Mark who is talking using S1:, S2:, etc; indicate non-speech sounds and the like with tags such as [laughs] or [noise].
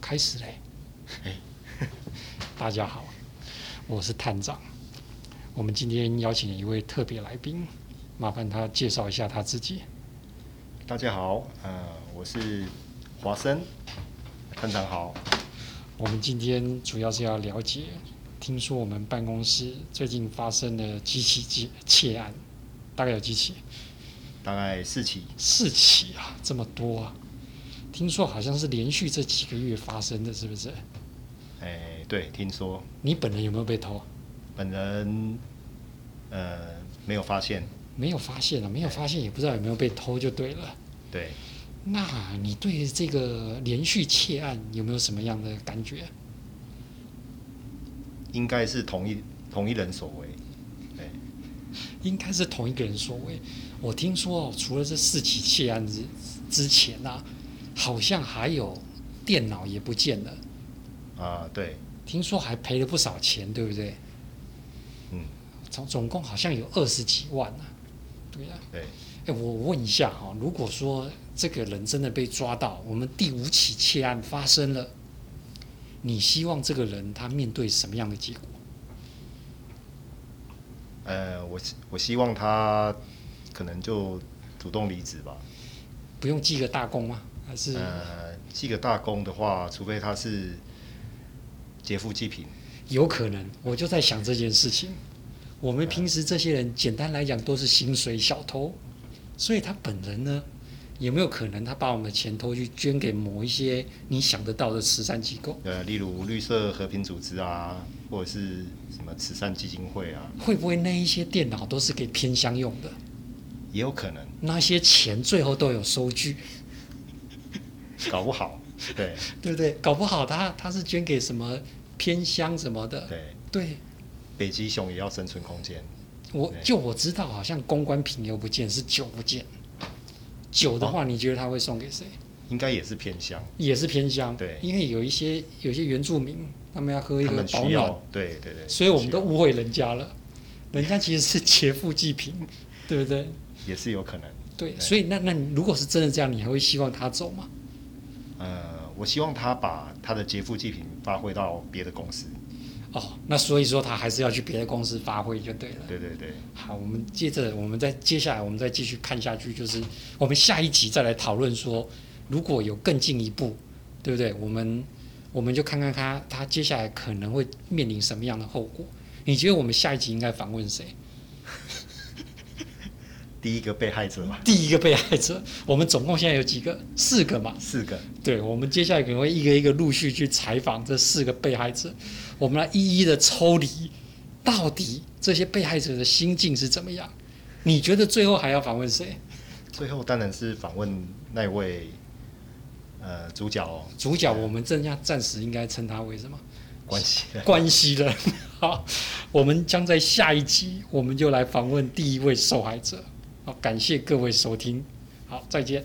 S1: 开始嘞。哎， [laughs] 大家好，我是探长。我们今天邀请一位特别来宾，麻烦他介绍一下他自己。
S2: 大家好，呃，我是华生，探长好。
S1: 我们今天主要是要了解，听说我们办公室最近发生了几起窃窃案，大概有几起？
S2: 大概四起，
S1: 四起啊，这么多啊！听说好像是连续这几个月发生的，是不是？
S2: 哎、对，听说
S1: 你本人有没有被偷？
S2: 本人呃没有发现，
S1: 没有发现啊，没有发现，也不知道有没有被偷就对了。
S2: 对，
S1: 那你对这个连续窃案有没有什么样的感觉？
S2: 应该是同一同一人所为。对，
S1: 应该是同一个人所为。我听说哦，除了这四起窃案之之前啊，好像还有电脑也不见了，
S2: 啊、对，
S1: 听说还赔了不少钱，对不对？
S2: 嗯，
S1: 总总共好像有二十几万啊。对呀、
S2: 对，
S1: 哎，我问一下哈、如果说这个人真的被抓到，我们第五起窃案发生了，你希望这个人他面对什么样的结果？
S2: 呃，我希我希望他可能就主动离职吧。
S1: 不用记个大功吗？还是、
S2: 呃，记个大功的话，除非他是劫富济贫，
S1: 有可能？我就在想这件事情。我们平时这些人，简单来讲都是薪水小偷，所以他本人呢，有没有可能他把我们的钱偷去捐给某一些你想得到的慈善机构？
S2: 呃，例如绿色和平组织啊，或者是什么慈善基金会啊，
S1: 会不会那一些电脑都是给偏乡用的？
S2: 也有可能，
S1: 那些钱最后都有收据，
S2: 搞不好，对
S1: 对不对？搞不好他他是捐给什么偏乡什么的。
S2: 对，
S1: 对，
S2: 北极熊也要生存空间，
S1: 我
S2: 对
S1: 就我知道，好像公关品油不见是酒不见，酒的
S2: 哦
S1: 话，你觉得他会送给谁？
S2: 应该也是偏向
S1: 也是偏乡，
S2: 对
S1: 因为有一些有些原住民他们要喝一
S2: 他
S1: 个
S2: 们
S1: 保
S2: 需
S1: 暖
S2: 要，，对对对，
S1: 所以我们都
S2: 需要
S1: 误会人家了，人家其实是劫富济贫，对不对？
S2: 也是有可能，
S1: 对，
S2: 对
S1: 所以那那你如果是真的这样，你还会希望他走吗？
S2: 呃，我希望他把他的劫富济贫发挥到别的公司，
S1: 哦，那所以说他还是要去别的公司发挥就对了。
S2: 对对对，
S1: 好，我们接着，我们再接下来，我们再继续看下去，就是我们下一集再来讨论说，如果有更进一步，对不对？我们我们就看看他他接下来可能会面临什么样的后果。你觉得我们下一集应该访问谁？
S2: 第一个被害者嘛，
S1: 第一个被害者，我们总共现在有几个？四个嘛。
S2: 四个，
S1: 对，我们接下来可能会一个一个陆续去采访这四个被害者，我们来一一的抽离，到底这些被害者的心境是怎么样？你觉得最后还要访问谁？
S2: 最后当然是访问那位呃主角、哦、
S1: 主角我们正要暂时应该称他为什么？
S2: 关系的，
S1: 关系人。好，我们将在下一集我们就来访问第一位受害者。好，感谢各位收听，好，再见。